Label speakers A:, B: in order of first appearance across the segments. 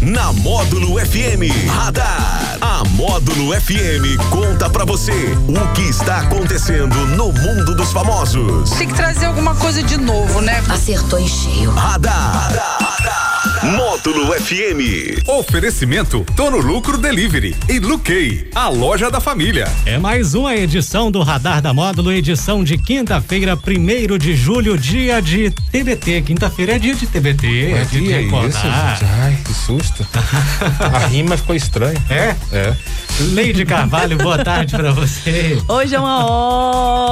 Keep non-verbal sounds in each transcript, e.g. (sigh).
A: Na Módulo FM Radar. A Módulo FM conta pra você o que está acontecendo no mundo dos famosos.
B: Tem que trazer alguma coisa de novo, né?
C: Acertou em cheio.
A: Radar. Módulo FM.
D: Oferecimento Tono Lucro Delivery e Luquei, a loja da família.
E: É mais uma edição do Radar da Módulo, edição de quinta-feira, 1 de julho, dia de TBT. Quinta-feira é dia de TBT.
F: Mas
E: é
F: que
E: dia
F: é
E: de
F: isso,
E: acordar.
F: gente? Ai, que susto. A rima ficou estranha.
E: É?
F: É.
E: Leide Carvalho, boa tarde pra você.
G: Hoje é uma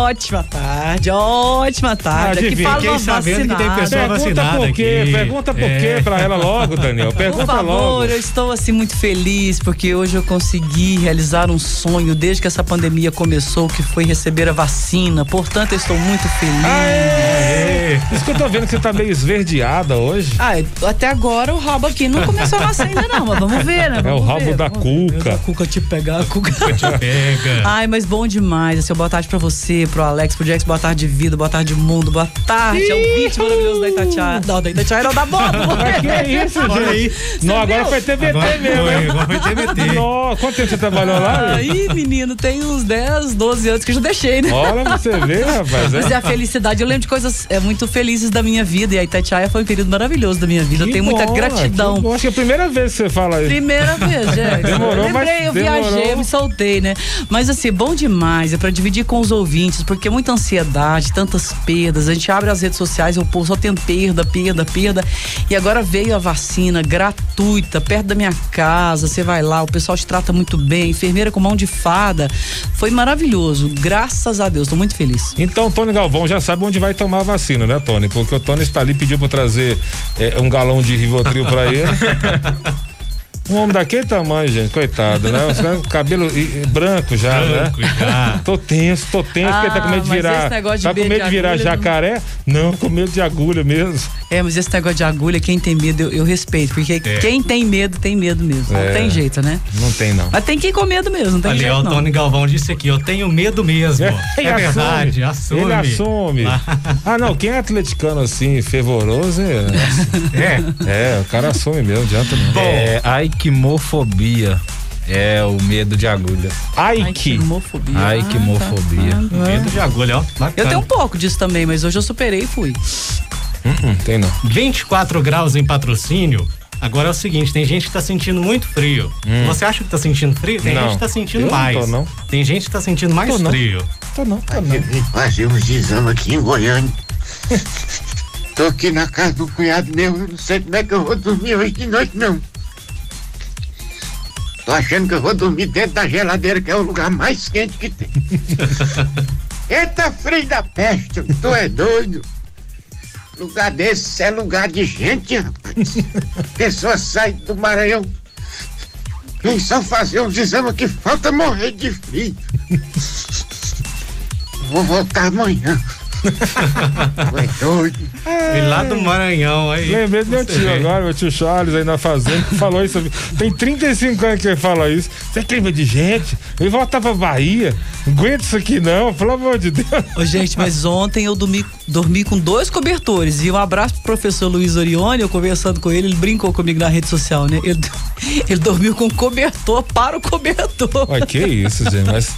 G: ótima tarde, ótima
F: Ah, é
G: tarde.
E: Adivinha,
G: Aqui fala
E: quem
G: uma
E: sabendo que tem
G: vacinada.
E: pessoa- Só
F: Pergunta
E: vacinada
F: por quê?
E: aqui.
F: Pergunta por
E: É.
F: quê pra ela logo, Daniel.
G: Por
F: Pergunta
G: favor,
F: logo.
G: eu estou assim muito feliz porque hoje eu consegui realizar um sonho desde que essa pandemia começou, que foi receber a vacina. Portanto, eu estou muito feliz.
F: Aê! Isso que eu tô vendo que você tá meio esverdeada hoje.
G: Ah, eu- até agora o rabo aqui não começou a vacina ainda não, mas vamos ver, né?
F: É o
G: Vamos
F: rabo
G: ver,
F: da
G: vamos ver.
F: cuca.
G: Da cuca te pegar, a cuca. (laughs)
E: Pega.
G: Ai, mas bom demais. Assim, boa tarde pra você, pro Alex, pro Jax, boa tarde, vida, boa tarde, mundo, boa tarde. É um vídeo maravilhoso da Itatiaia. Não, da Itatiaia não,
F: (laughs)
G: da
F: Mas que
G: Bobo.
F: é isso,
E: Olha
F: gente?
E: aí.
F: Não, agora
G: viu?
F: foi TBT
E: Agora
F: É mesmo,
E: foi,
F: hein?
E: agora foi TBT.
F: Nossa, quanto tempo você trabalhou lá?
G: Aí, menino, tem uns 10, 12 anos que eu já deixei, né?
F: Olha você ver, rapaz.
G: Mas
F: É.
G: é a felicidade. Eu lembro de coisas é, muito felizes da minha vida. E a Itatiaia foi um período maravilhoso da minha vida. Eu tenho muita
F: Que bom, que
G: gratidão.
F: bom. Acho que é a primeira vez que você fala isso.
G: Primeira vez, gente.
F: (laughs) Demorou,
G: eu lembrei,
F: mas
G: eu
F: demorou.
G: viajei, eu me soltei, né? Mas assim, bom demais, é pra dividir com os ouvintes, porque é muita ansiedade, tantas perdas. A gente abre as redes sociais, o povo só tem perda, perda, perda. E agora veio a vacina gratuita, perto da minha casa, você vai lá, o pessoal te trata muito bem, enfermeira com mão de fada. Foi maravilhoso, graças a Deus, tô muito feliz.
F: Então, Tony Galvão já sabe onde vai tomar a vacina, né, Tony? Porque o Tony está ali pediu pra trazer eh, um galão de Rivotril pra ele. Um homem daquele tamanho, gente, coitado, né? Os caras com cabelo e- e branco já,
E: Branco
F: né?
E: já.
F: Tô tenso, tô tenso, porque tá com medo de
G: Ah, mas
F: virar.
G: esse negócio de
F: tá com
G: beijo
F: medo de
G: de
F: virar
G: agulha, não-
F: jacaré? Não, com medo de agulha mesmo.
G: É, mas esse negócio de agulha, quem tem medo, eu, eu respeito, porque
E: É.
G: quem tem medo, tem medo mesmo.
F: É.
G: Não tem jeito, né?
F: Não tem,
G: (laughs)
F: não.
G: Mas tem que ir com medo mesmo, não tem
E: Ali,
G: jeito
E: ó, o
G: não.
E: Tony Galvão disse aqui, eu tenho medo mesmo. É,
F: (laughs) Ele assume.
E: verdade, assume.
F: Ele assume. Ah, não, quem é atleticano assim, fervoroso, é,
E: É.
F: é, o cara assume mesmo, adianta não.
H: É, aiquimofobia é o medo de agulha.
F: Ai, que.
G: Aiquimofobia.
H: Aiquimofobia.
F: Hum,
E: Medo de agulha, ó. Bacana.
G: Eu tenho um pouco disso também, mas hoje eu superei e fui.
F: Hum, Tem não.
E: 24 graus em patrocínio. Agora é o seguinte, tem gente que tá sentindo muito frio. Você acha que tá sentindo frio? Tem
F: Hum. Não.
E: gente que tá sentindo
F: Eu não
E: mais.
F: tô, não.
E: Tem gente que tá sentindo mais
F: Tô, não.
E: frio.
F: Tá não, tá não.
I: fazer uns exames aqui em Goiânia. Tô aqui na casa do cunhado meu, eu não sei como é que eu vou dormir hoje de noite não. Tô achando que eu vou dormir dentro da geladeira, que é o lugar mais quente que tem. Eita frio da peste, tu é doido. Lugar desse é lugar de gente, rapaz. Pessoa sai do Maranhão. Vem só fazer uns exames que falta morrer de frio. Vou voltar
H: (laughs)
I: amanhã. Ué, doido.
E: E lá do Maranhão aí.
F: É. Lembrei do meu
E: você
F: tio
E: vê.
F: agora, meu tio Charles aí na fazenda, que falou isso. Tem 35 anos que ele fala isso. Você lembra de gente? Ele volta pra Bahia. Não aguenta isso aqui não, pelo amor de Deus.
G: Ô, gente, (laughs) mas ontem eu dormi, dormi com dois cobertores. E um abraço pro professor Luiz Orione, eu conversando com ele, ele brincou comigo na rede social, né? Ele, (laughs) ele dormiu com um cobertor para o cobertor.
F: Ué, que isso, gente,
G: (laughs)
F: mas.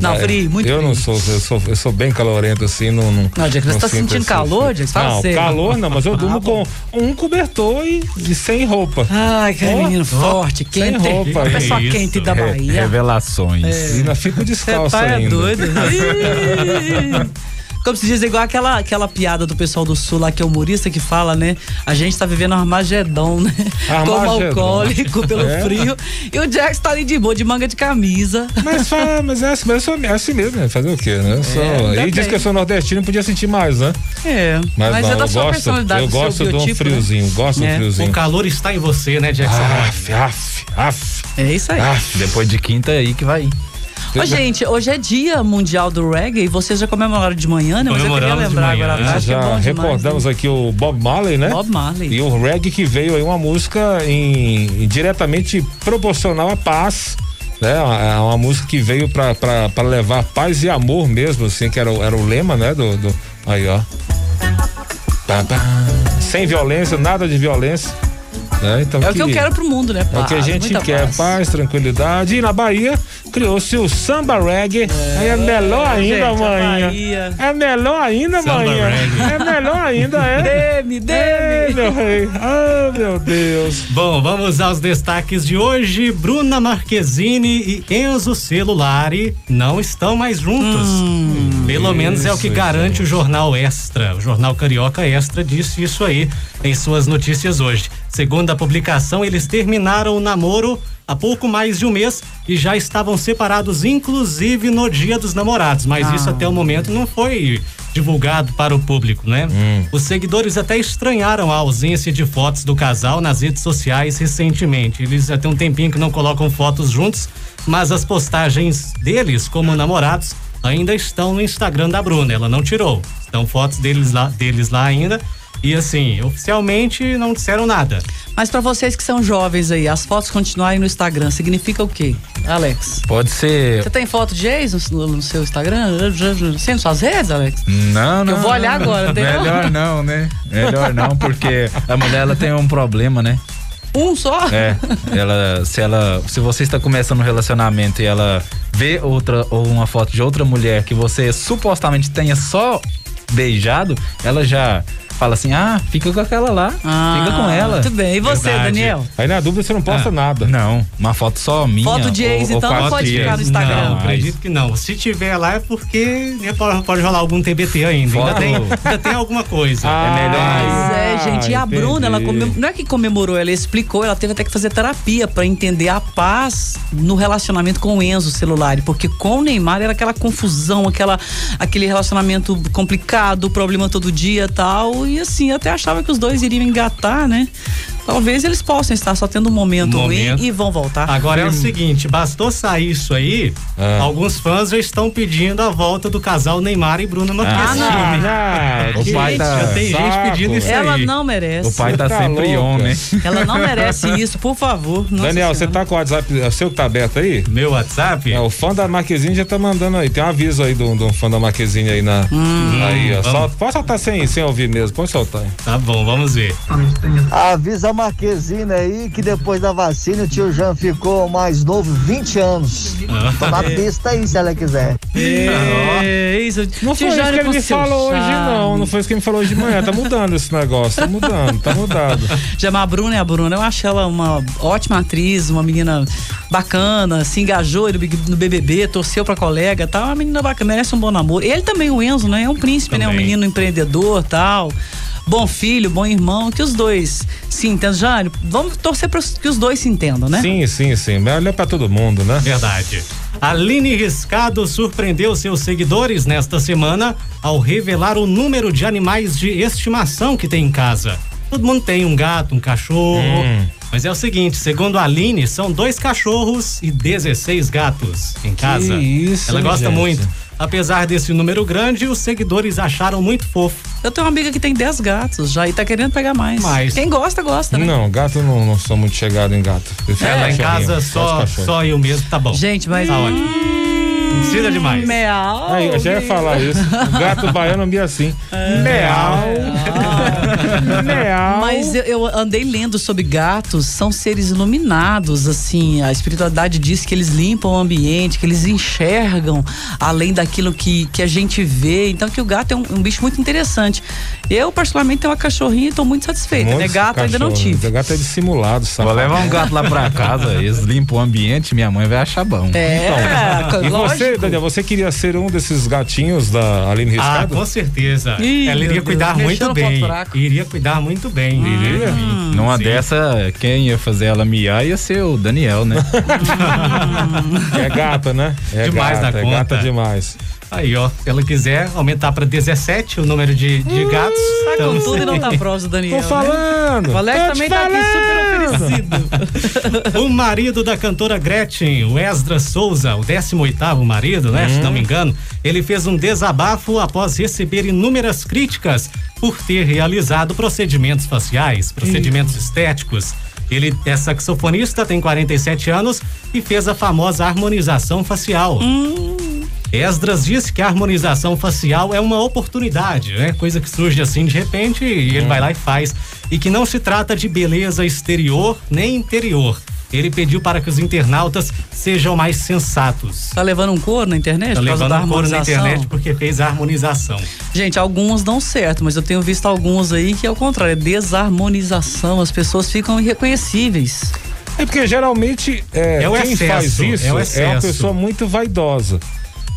G: Não,
F: vai,
G: frio, muito
F: Eu
G: frio.
F: não sou, eu sou, eu sou bem calorento assim, não. Não,
G: Não, Jack, você tá
F: sinto
G: sentindo
F: esse
G: calor,
F: frio.
G: tá Jack? Fala
F: Não,
G: sério.
F: calor não, mas eu durmo com
G: Ah, tá bom. Ah,
F: um cobertor e, e sem roupa.
G: Ai, que
F: Ó,
G: menino forte, quente.
F: roupa,
G: a pessoa
E: que isso.
G: quente da
H: Re-
G: Bahia.
H: revelações.
F: E ainda fico
G: é. Você
F: descalço
G: tá é
F: ainda. (laughs)
G: doido. Ih! Como se diz, é igual aquela, aquela piada do pessoal do Sul lá, que é humorista, que fala, né? A gente tá vivendo Armagedon, né? Como
F: Armagedon.
G: alcoólico, pelo
F: É.
G: frio. E o Jax tá ali de boa, de manga de camisa.
F: Mas fala, mas é assim, mas eu sou é assim mesmo, né? Fazer o quê, né? Eu sou-
G: É, ainda
F: ele diz
G: bem.
F: que eu sou nordestino, podia sentir mais, né?
G: É,
F: Mas,
G: mas,
F: não,
G: é da
F: eu
G: sua
F: gosto,
G: personalidade,
F: eu
G: do seu
F: gosto de um
G: biotipo, né?
F: friozinho, gosto de um
G: É.
E: O
F: friozinho.
E: calor está em você, né, Jackson?
F: Af, af, af,
G: É isso aí.
F: af.
H: Depois de quinta aí que vai.
F: um-
G: Ô, gente, hoje é dia mundial do reggae e vocês já comemoraram de manhã, né? Mas eu queria
E: Comemoramos de
G: lembrar
E: manhã,
G: agora, à
E: né?
G: tarde, que é
F: Já
G: bom demais, né?
F: recordamos aqui o Bob Marley, né?
G: Bob Marley.
F: E o reggae que veio aí, uma música em, em diretamente proporcional à paz. Né, é uma música que veio pra, pra, pra levar paz e amor mesmo, assim, que era, o- era o lema, né? Do, do- aí, ó. Pá, pá. Sem violência, nada de violência. né? Então
G: É o que eu quero pro mundo, né?
F: É o que a
G: Paz,
F: gente
G: muita
F: quer, paz.
G: paz.
F: tranquilidade. E na Bahia criou-se o samba reggae. Aí é melhor
G: gente,
F: ainda,
G: a
F: manhã.
G: Bahia.
F: É melhor ainda,
E: Samba
F: manhã.
E: reggae.
F: É melhor ainda, é.
G: Dê-me,
F: Ei,
G: dê-me.
F: meu rei. Ah, meu Deus.
E: Bom, vamos aos destaques de hoje. Bruna Marquezine e Enzo Celulari não estão mais juntos. Pelo menos é o que
F: isso,
E: garante o jornal Extra. O jornal Carioca Extra disse isso aí em suas notícias hoje. Segundo a publicação, eles terminaram o namoro há pouco mais de um mês e já estavam separados, inclusive no Dia dos Namorados. Mas isso até o momento não foi divulgado para o público, né? Os seguidores até estranharam a ausência de fotos do casal nas redes sociais recentemente. Eles já tem um tempinho que não colocam fotos juntos, mas as postagens deles como namorados ainda estão no Instagram da Bruna. Ela não tirou. Estão fotos deles lá, deles lá ainda. E assim, oficialmente não disseram nada.
G: Mas pra vocês que são jovens aí, as fotos continuarem no Instagram significa o quê, Alex?
H: Pode ser.
G: Você tem foto de ex no, no seu Instagram? Sem nas suas redes, Alex?
H: Não, não.
G: Eu vou olhar
H: não.
G: agora, um- entendeu?
H: Melhor não, né? Melhor não, porque a mulher ela tem um problema, né?
G: Um só?
H: É, ela, se ela, se você está começando um relacionamento e ela vê outra ou uma foto de outra mulher que você supostamente tenha só beijado, ela já fala assim: "Ah, fica com aquela lá,
G: Ah,
H: fica com ela".
G: Muito bem. E você,
E: Verdade.
G: Daniel?
F: Aí na dúvida você não posta nada.
H: Ah, Não, uma foto só minha.
G: Foto de ex, então,
H: com a
G: não pode
H: ex.
G: ficar no Instagram.
E: Não,
H: Mas-
E: acredito que não. Se tiver lá é porque né, pode, pode rolar algum TBT ainda. Ainda
H: Foto.
E: tem, ainda tem alguma coisa.
G: Pois é, gente. E a
F: entendi.
G: Bruna, ela comem- não é que comemorou, ela explicou, ela teve até que fazer terapia pra entender a paz no relacionamento com o Enzo Celulari, porque com o Neymar era aquela confusão, aquela, aquele relacionamento complicado, problema todo dia e tal. E assim, eu até achava que os dois iriam engatar, né? Talvez eles possam estar só tendo um momento,
E: Momento.
G: ruim e vão voltar.
E: Agora é o seguinte, bastou sair isso aí,
H: É.
E: alguns fãs já estão pedindo a volta do casal Neymar e Bruna Marquezine.
F: Ah, não.
H: Ah. O pai
E: Gente,
H: tá-
E: já tem gente
F: Saco.
E: pedindo isso
G: Ela
E: aí.
G: não merece.
H: O pai tá,
F: Você tá
H: sempre
F: louca.
H: on, né?
G: Ela não merece isso, por favor. Nossa
F: Daniel, você
G: Senhora.
F: tá com o WhatsApp, é o seu que tá aberto aí?
E: Meu WhatsApp?
F: É, o fã da Marquezine já tá mandando aí. Tem um aviso aí de um de um fã da Marquezine aí na. aí, ó.
E: Hum. vamos.
F: Solta- pode soltar sem, sem ouvir mesmo, pode soltar. aí.
E: Tá bom, vamos ver.
C: Avisa a Marquezine aí que depois da vacina o tio Jean ficou mais novo 20 anos.
H: Ah.
C: Tô
H: É.
C: na pista aí se ela quiser.
G: É isso,
F: Não foi isso que ele me falou hoje, não. Não foi isso que ele me falou hoje de manhã. Tá mudando esse negócio, tá mudando,
E: (laughs)
F: tá mudado.
E: Né?
G: Chamar a Bruna é a Bruna. Eu acho ela uma ótima atriz, uma menina bacana, se engajou no Big- no BBB, torceu pra colega e tal. É uma menina bacana, merece um bom namoro. Ele também, o Enzo, né? É um príncipe, né? Um
E: Também.
G: menino empreendedor tal. Bom filho, bom irmão, que os dois se entendam. Jânio, vamos torcer para que os dois se entendam, né?
F: Sim, sim, sim. Mas olha pra todo mundo, né?
E: Verdade. Aline Riscado surpreendeu seus seguidores nesta semana ao revelar o número de animais de estimação que tem em casa. Todo mundo tem um gato, um cachorro. Mas é o seguinte, segundo a Aline, são dois cachorros e 16 gatos em casa.
F: isso,
E: Ela
F: hein,
E: gosta
F: gente?
E: muito. Apesar desse número grande, os seguidores acharam muito fofo.
G: Eu tenho uma amiga que tem 10 gatos já e tá querendo pegar mais.
E: Mais.
G: Quem gosta, gosta, né?
F: Não, gato eu não, não sou muito chegado em gato. Prefiro
E: Tá É, lá em
F: cachorrinho,
E: casa
F: gosto de
E: só,
F: cachorro.
E: só eu mesmo, tá bom.
G: Gente, mas. hum,
E: Tá ótimo. Não precisa demais.
G: Meal.
F: Aí, eu já ia
E: (laughs)
F: falar isso. O gato baiano me assim.
E: É. Ah.
F: (laughs) Meal. Meal.
G: Mas eu, eu andei lendo sobre gatos, são seres iluminados, assim, a espiritualidade diz que eles limpam o ambiente, que eles enxergam além daquilo que, que a gente vê, então que o gato é um, um bicho muito interessante. Eu, particularmente, tenho uma cachorrinha e tô muito satisfeita, né?
F: Muitos
G: Gato ainda não
F: cachorros.
E: né?
G: tive.
F: O gato é dissimulado, sabe?
H: Vou levar um gato lá pra casa, eles limpam o ambiente, minha mãe vai achar bom.
G: É,
E: Então,
G: (laughs)
F: E
G: lógico.
F: você, Daniel, você queria ser um desses gatinhos da Aline
E: Ah,
F: Riscado?
E: com certeza.
G: Ih,
E: Ela
G: meu
E: iria
G: Deus,
E: cuidar
G: mexeu
E: muito
G: no
E: bem.
G: ponto fraco. Hum.
E: Iria cuidar muito bem. Iria.
H: Numa
E: Sim.
H: dessa, quem ia fazer ela miar ia ser o Daniel, né?
F: é gata, né? É
E: Demais
F: gata,
E: da
F: é
E: conta.
F: gata demais.
E: Aí, ó, se ela quiser aumentar pra 17 o número de, de gatos.
G: Tá com
E: então-
G: tudo e não tá próximo, Daniel.
F: Tô falando.
G: Né? O Alex
F: tô te
G: também tá aqui super
F: falando.
E: (laughs)
G: oferecido.
E: O marido da cantora Gretchen, o Esdra Souza, o 18º marido, né, se não me engano, ele fez um desabafo após receber inúmeras críticas por ter realizado procedimentos faciais, procedimentos estéticos. Ele é saxofonista, tem 47 anos e fez a famosa harmonização facial. Esdras diz que a harmonização facial é uma oportunidade, né? Coisa que surge assim de repente e
G: Hum.
E: ele vai lá e faz. E que não se trata de beleza exterior nem interior. Ele pediu para que os internautas sejam mais sensatos.
G: Tá levando um couro na internet?
E: Tá
G: por causa
E: levando
G: da
E: um couro na
G: harmonização?
E: internet porque fez a harmonização.
G: Gente, algumas dão certo, mas eu tenho visto alguns aí que é o contrário, é desarmonização. As pessoas ficam irreconhecíveis.
F: É porque geralmente é,
E: É o
F: quem
E: excesso,
F: faz isso
E: é o
F: é uma
E: excesso.
F: pessoa muito vaidosa.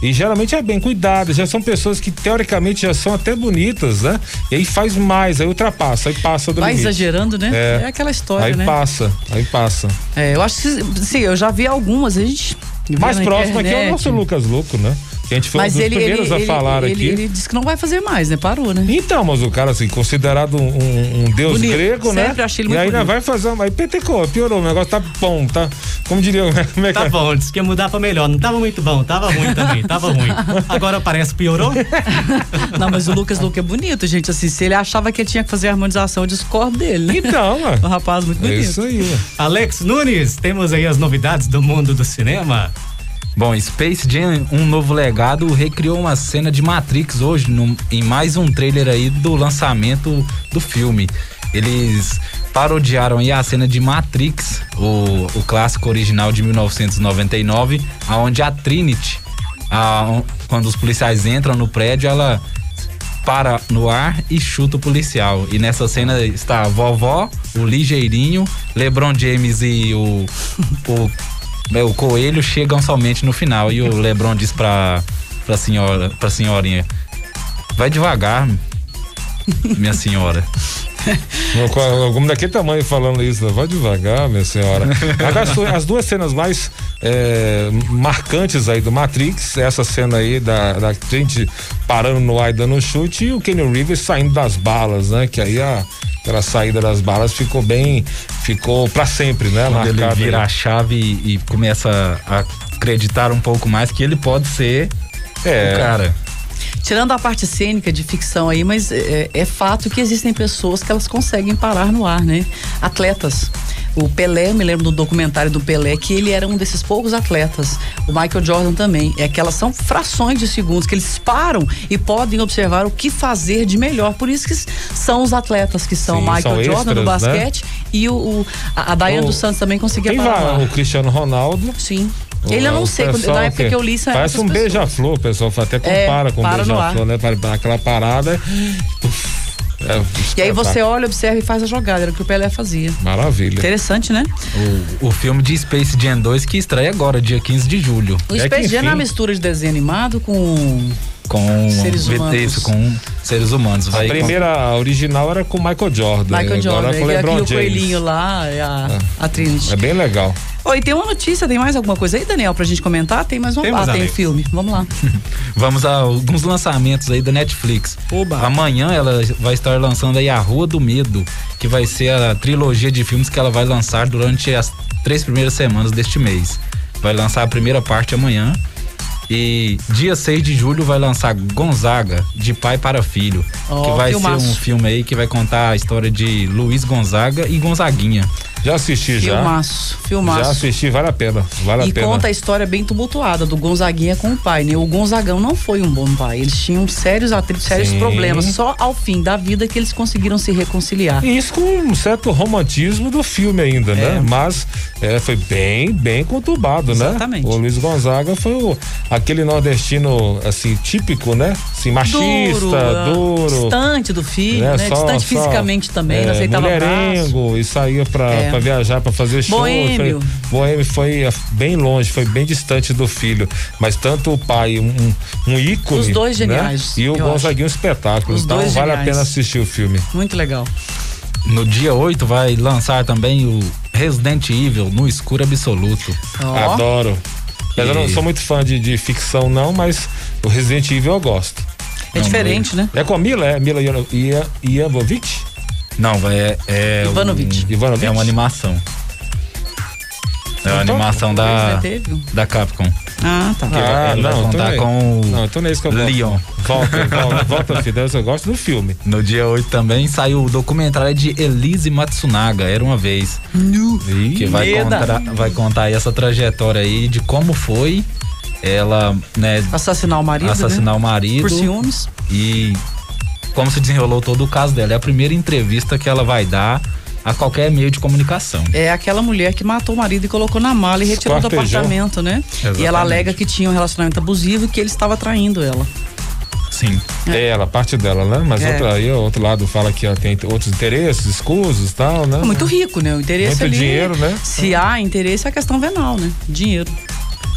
F: E geralmente é bem cuidado, já são pessoas que teoricamente já são até bonitas, né? E aí faz mais, aí ultrapassa, aí passa do
G: Vai
F: limite.
G: exagerando, né?
F: É.
G: aquela história,
F: Aí
G: né?
F: passa, aí passa.
G: É, eu acho que sim, eu já vi algumas, a gente. vê
F: Mais
G: na
F: próximo aqui é o
G: internet.
F: nosso Lucas Louco, né? Que a gente foi
G: Mas
F: um dos
G: ele,
F: primeiros
G: ele,
F: a
G: ele,
F: falar
G: ele,
F: aqui.
G: ele disse que não vai fazer mais, né? Parou,
F: (laughs)
G: né?
F: Então, mas o cara, assim, considerado um, um- um deus
G: Bonito.
F: grego, né?
G: Sempre achei ele
F: e
G: muito
F: aí ainda
G: bonito.
F: vai fazer uma. Aí pentecou, piorou, o negócio tá bom, tá? Como diria, (laughs) como é que
E: Tá
F: é?
E: bom, disse que ia mudar pra melhor. Não tava muito bom, tava ruim também, tava
G: (laughs)
E: ruim. Agora parece piorou.
G: Não, mas o Lucas Luke é bonito, gente. Assim, se ele achava que ele tinha que fazer a harmonização, eu discordo dele, né?
F: Então,
G: Um
F: mano.
G: rapaz muito
F: É
G: (laughs) bonito.
F: isso aí, mano.
E: Alex Nunes, temos aí as novidades do mundo do cinema.
H: Bom, Space Jam, um novo legado, recriou uma cena de Matrix hoje num- em mais um trailer aí do lançamento do filme. Eles parodiaram aí a cena de Matrix, o, o clássico original de 1999, aonde a Trinity, a- um, quando os policiais entram no prédio, ela para no ar e chuta o policial. E nessa cena está a vovó, o ligeirinho, LeBron James e o o, é, o coelho chegam somente no final e o LeBron diz pra pra senhora, pra senhorinha, vai devagar, minha senhora.
F: Meu, qual- Algum daquele tamanho falando isso, né? vai devagar, minha senhora. Agora, as du- as duas cenas mais é, marcantes aí do Matrix, essa cena aí da, da gente parando no ar e dando um chute e o Kenny Reeves saindo das balas, né? Que aí a, aquela saída das balas ficou bem, ficou pra sempre, né?
H: Quando ele
F: Marcado
H: vira
F: aí.
H: a chave e, e começa a acreditar um pouco mais que ele pode ser
F: É.
H: o cara.
G: Tirando a parte cênica de ficção aí, mas é, é fato que existem pessoas que elas conseguem parar no ar, né? Atletas. O Pelé, me lembro do documentário do Pelé, que ele era um desses poucos atletas. O Michael Jordan também. É que elas são frações de segundos que eles param e podem observar o que fazer de melhor. Por isso que s- são os atletas que são o
F: Sim,
G: Michael
F: são
G: Jordan
F: extras,
G: do
F: né?
G: basquete e o, o- a, a Diana
F: O-
G: dos Santos também conseguia
F: Quem
G: parar no
F: vai?
G: ar.
F: O Cristiano Ronaldo.
G: Sim. Ele eu
F: O
G: não sei, quando-
F: pessoal
G: na época que eu li, são
F: Parece
G: essas
F: um
G: pessoas.
F: beija-flor, pessoal. Até
G: É,
F: compara com um
G: para no
F: beija-flor, né? Para- para Aquela parada. uf, é,
G: E aí
F: tá-
G: você olha, observa e faz a jogada. Era o que o Pelé fazia.
F: Maravilha.
G: Interessante, né?
F: É
H: O, o filme de Space Jam 2 que estreia agora, dia 15 de julho.
G: O
F: É que,
G: Space Jam é
F: enfim.
G: uma mistura de desenho animado com.
H: Com
G: Seres humanos.
H: isso, com seres humanos.
F: A
H: Vai
F: primeira a original era com o Michael Jordan.
G: Michael
F: agora
G: Jordan,
F: é com o
G: e aquele
F: LeBron James.
G: coelhinho lá, é a, a Trinity.
F: É bem legal.
G: Oi, tem uma notícia, tem mais alguma coisa aí, Daniel, pra gente comentar? Tem mais uma.
E: Temos,
G: ah, tem
E: Alex.
G: filme. Vamos lá.
H: Vamos a alguns lançamentos aí da Netflix.
G: Oba.
H: Amanhã ela vai estar lançando aí A Rua do Medo, que vai ser a trilogia de filmes que ela vai lançar durante as três primeiras semanas deste mês. Vai lançar a primeira parte amanhã. E dia 6 de julho vai lançar Gonzaga, de pai para filho.
G: Ó,
H: que vai
G: filmaço.
H: ser um filme aí que vai contar a história de Luiz Gonzaga e Gonzaguinha.
F: Já assisti já.
G: Filmaço.
F: Já
G: Filmaço.
F: assisti, vale a pena. Vale
G: E
F: a pena.
G: conta a história bem tumultuada do Gonzaguinha com o pai, né? O Gonzagão não foi um bom pai. Eles tinham sérios atritos, sérios
F: Sim.
G: problemas. Só ao fim da vida que eles conseguiram se reconciliar.
F: E isso com um certo romantismo do filme ainda, né? Mas é, foi bem, bem conturbado,
G: Exatamente.
F: né? O Luiz Gonzaga foi o- aquele nordestino, assim, típico, né? Assim, machista,
G: ah,
F: duro.
G: Distante do filho,
F: né?
G: né?
F: Só-
G: distante
F: só,
G: fisicamente também,
F: é,
G: não aceitava abraço.
F: mulherengo e saía pra,
G: É.
F: pra viajar, pra fazer show.
G: Boêmio.
F: Foi, boêmio foi ah, bem longe, foi bem distante do filho. Mas tanto o pai, um- um, um ícone.
G: Os dois
F: né?
G: geniais,
F: E o
G: eu
F: Gonzaguinho, um espetáculo.
G: Os
F: então
G: dois
F: vale a
G: geniais.
F: pena assistir o filme.
G: Muito legal.
H: No dia 8 vai lançar também o Resident Evil no escuro absoluto. Ah,
G: Ó.
F: Adoro. Mas eu não
H: E-
F: sou muito fã de, de ficção, não, mas o Resident Evil eu gosto.
G: É
H: Não,
G: diferente, né?
F: É com a Mila, é Mila Iano- Ia- Ianovic?
H: Não, vai é. é
G: Ivanovic.
H: um-
E: Tá
F: Ivanovic?
H: É uma animação. É uma
F: Então,
H: animação
G: Eles
H: da,
G: já teve?
H: tá.
G: um.
H: da Capcom.
G: Ah, tá.
F: Ah,
H: ele vai
F: não,
H: contar
F: então é-
H: com o
F: Não, então não é isso que eu gosto.
H: Leon.
F: Volta, volta, volta, filho. Eu gosto do filme.
H: No dia 8 também saiu o documentário de Elise Matsunaga, Era Uma Vez. Que vai
G: Meda.
H: contar, vai contar aí essa trajetória aí de como foi ela, né,
G: Assassinar o
E: Tá
G: marido. né?
H: assassinar o marido.
G: Por ciúmes.
H: E como se desenrolou todo o caso dela. É a primeira entrevista que ela vai dar a qualquer meio de comunicação.
G: É aquela mulher que matou o marido e colocou na mala e retirou do
F: Esquartejou.
G: apartamento, né? E
H: Exatamente.
G: ela alega que tinha um relacionamento abusivo e que ele estava traindo ela.
H: Sim.
F: É ela, parte dela, né? Mas
G: É.
F: outra, aí o outro lado fala que ela tem outros interesses, escusos e tal, né?
G: É muito rico, né? O interesse
F: Muito
G: ali.
F: dinheiro, né?
G: Se há interesse, é a questão venal, né? Dinheiro.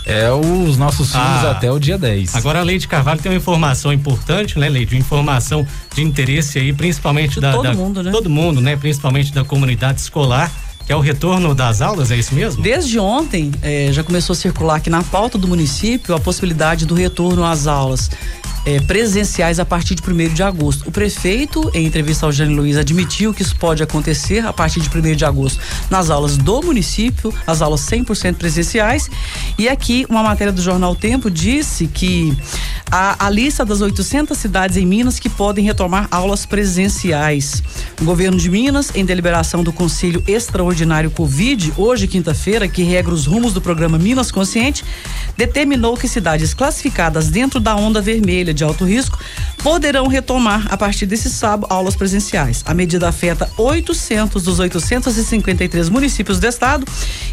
H: É os nossos filmes
E: Ah.
H: até o dia 10.
E: Agora a Leide Carvalho tem uma informação importante, né, Leide? Informação de interesse aí, principalmente
G: De
E: da.
G: todo
E: da-
G: mundo, né?
E: Todo mundo, né? Principalmente da comunidade escolar, que é o retorno das aulas, é isso mesmo?
G: Desde ontem, eh, já começou a circular aqui na pauta do município a possibilidade do retorno às aulas eh, presenciais a partir de 1 de agosto. O prefeito, em entrevista ao Jane Luiz, admitiu que isso pode acontecer a partir de 1 de agosto nas aulas do município, as aulas 100% presenciais. E aqui, uma matéria do jornal Tempo disse que a, a lista das 800 cidades em Minas que podem retomar aulas presenciais. O governo de Minas, em deliberação do Conselho Extraordinário Covid, hoje, quinta-feira, que regra os rumos do programa Minas Consciente, determinou que cidades classificadas dentro da onda vermelha de alto risco poderão retomar, a partir desse sábado, aulas presenciais. A medida afeta 800 dos 853 municípios do estado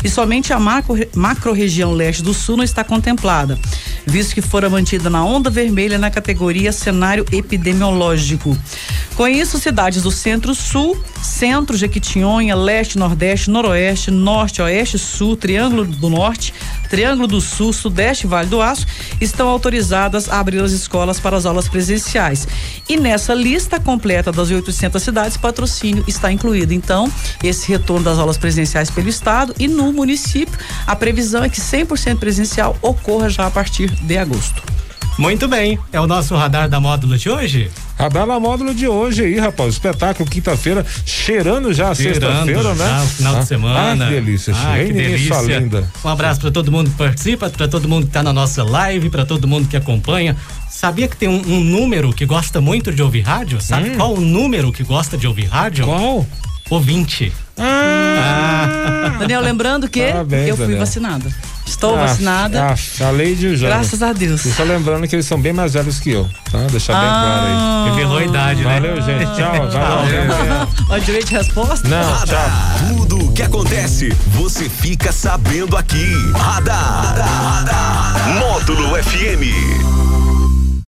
G: e somente a macro, macro-região leste do sul não está contemplada, visto que fora mantida na onda vermelha na categoria cenário epidemiológico. Com isso, cidades do centro-sul, centro, Jequitinhonha, leste, nordeste, noroeste, norte, oeste, sul, triângulo do norte, triângulo do sul, sudeste, e vale do aço, estão autorizadas a abrir as escolas para as aulas presenciais. E nessa lista completa das 800 cidades, patrocínio está incluído. Então, esse retorno das aulas presenciais pelo estado e no município, a previsão é que 100% presencial ocorra já a partir de agosto.
E: Muito bem. É o nosso radar da módulo de hoje?
F: Radar na módulo de hoje aí, rapaz. Espetáculo, quinta-feira, cheirando já a
E: Cheirando
F: sexta-feira, né?
E: já o final
F: Ah,
E: de semana.
F: Ah, que delícia.
E: Ah, que
F: Cheirando
E: delícia.
F: sua linda.
E: Um abraço para todo mundo que participa, para todo mundo que tá na nossa live, para todo mundo que acompanha. Sabia que tem um, um número que gosta muito de ouvir rádio? Sabe qual o número que gosta de ouvir rádio?
F: Hum. Qual? Ah,
E: Ouvinte.
G: Daniel, lembrando que
F: Parabéns,
G: eu fui
F: Daniel.
G: vacinada. Estou
F: Ah,
G: vacinada,
F: ah, é a lei de Jana.
G: graças a Deus.
F: E
G: (laughs)
F: só lembrando que eles são bem mais velhos que eu, tá? Deixar bem claro aí.
G: Ah,
E: Revelou a idade, né?
F: Valeu, gente. Tchau. Valeu.
G: ó, direito de resposta?
F: Não, tchau.
A: Radar. Tudo o que acontece, você fica sabendo aqui. Radar. Módulo FM.